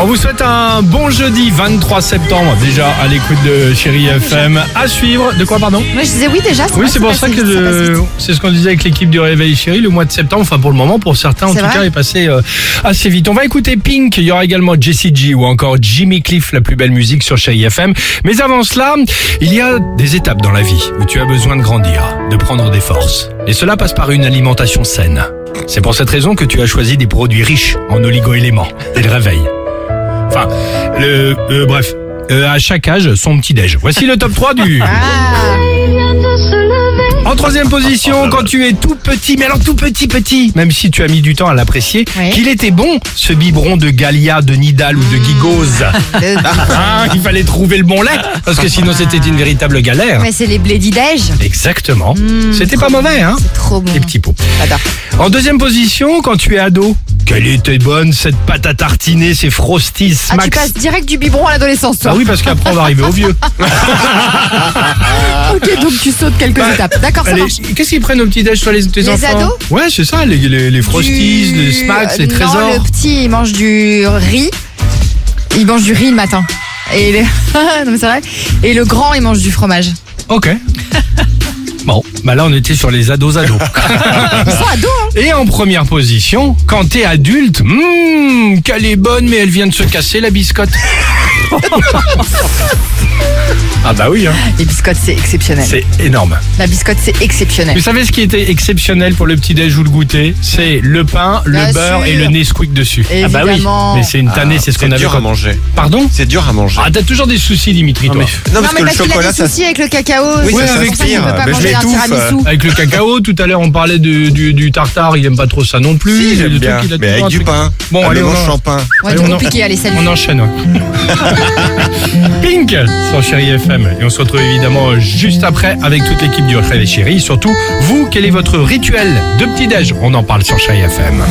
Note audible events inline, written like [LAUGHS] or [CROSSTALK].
On vous souhaite un bon jeudi 23 septembre, déjà à l'écoute de Chéri FM. À suivre, de quoi pardon Moi je disais oui déjà. Oui, c'est pour ça que je... euh, c'est ce qu'on disait avec l'équipe du Réveil Chéri, le mois de septembre, enfin pour le moment, pour certains en C'est tout vrai cas, est passé euh, assez vite. On va écouter Pink, il y aura également Jessie G ou encore Jimmy Cliff, la plus belle musique sur Chéri FM. Mais avant cela, il y a des étapes dans la vie où tu as besoin de grandir, de prendre des forces. Et cela passe par une alimentation saine. C'est pour cette raison que tu as choisi des produits riches en oligo-éléments dès le réveil. Enfin, le, euh, bref, euh, à chaque âge, son petit-déj. Voici le top 3 du... En troisième position, quand tu es tout petit, mais alors tout petit petit, même si tu as mis du temps à l'apprécier, Oui. Ah. qu'il était bon ce biberon de Galia, de Nidal ou de Guigose. Hein, il fallait trouver le bon lait, parce que sinon c'était une véritable galère. [LAUGHS] Mais c'est les blé déj Exactement. c'était pas mauvais, hein C'est Hmm, trop bon. Ah, Les petits pots. J'adore. En deuxième position, quand tu es ado, quelle était bonne cette pâte à tartiner, ces frosties, Ah, tu Max. passes direct du biberon à l'adolescence, toi. Ah oui, parce qu'après on va arriver au [LAUGHS] vieux. Ok, donc tu sautes quelques Bah, étapes. D'accord, ça Les- marche. Qu'est-ce qu'ils prennent au petit-déj, toi, les, tes Les enfants ados Ouais, c'est ça, les, les, les frosties, Du- les smacks, les Non, trésors. le petit, il mange du riz. Il mange du riz le matin. Et le... [LAUGHS] non, mais c'est vrai. Et le grand, il mange du fromage. Ok. Bon, bah là on était sur les ados ados. Ils sont ados, hein. Et en première position, quand t'es adulte, hmm, qu'elle est bonne mais elle vient de se casser la biscotte. ah bah oui, hein. Les biscottes, c'est exceptionnel. c'est énorme. La biscotte, c'est exceptionnel. Vous savez ce qui était exceptionnel pour le petit déj ou le goûter C'est le pain, le Bien beurre sûr. et le Nesquik dessus. Ah bah Évidemment. oui, mais c'est une tannée, c'est ce qu'on C'est avait. dur à quand- manger. Pardon C'est dur à manger. Ah t'as toujours des soucis Dimitri, toi. non, Non, parce mais que parce le qu'il a chocolat, des ça. soucis avec le cacao. Oui, c'est pour ça ça qu'il s'aspire. peut pas Mais je manger un l'étouffe. tiramisu. Avec le cacao, tout à l'heure on parlait du, du, du tartare, il aime pas trop ça non plus. Si, Il y a j'aime des bien. trucs, il a Mais toujours avec un du truc. pain. Ah, Bon, Un allez, on mélange en- sans pain. Ouais, Allez, tout on en- compliqué, allez, salut. On enchaîne. ouais. Pink sur Chéri FM. Et on se retrouve évidemment juste après avec toute l'équipe du Réveil Chéri. Surtout, vous, quel est votre rituel de petit-déj On en parle sur Chéri FM.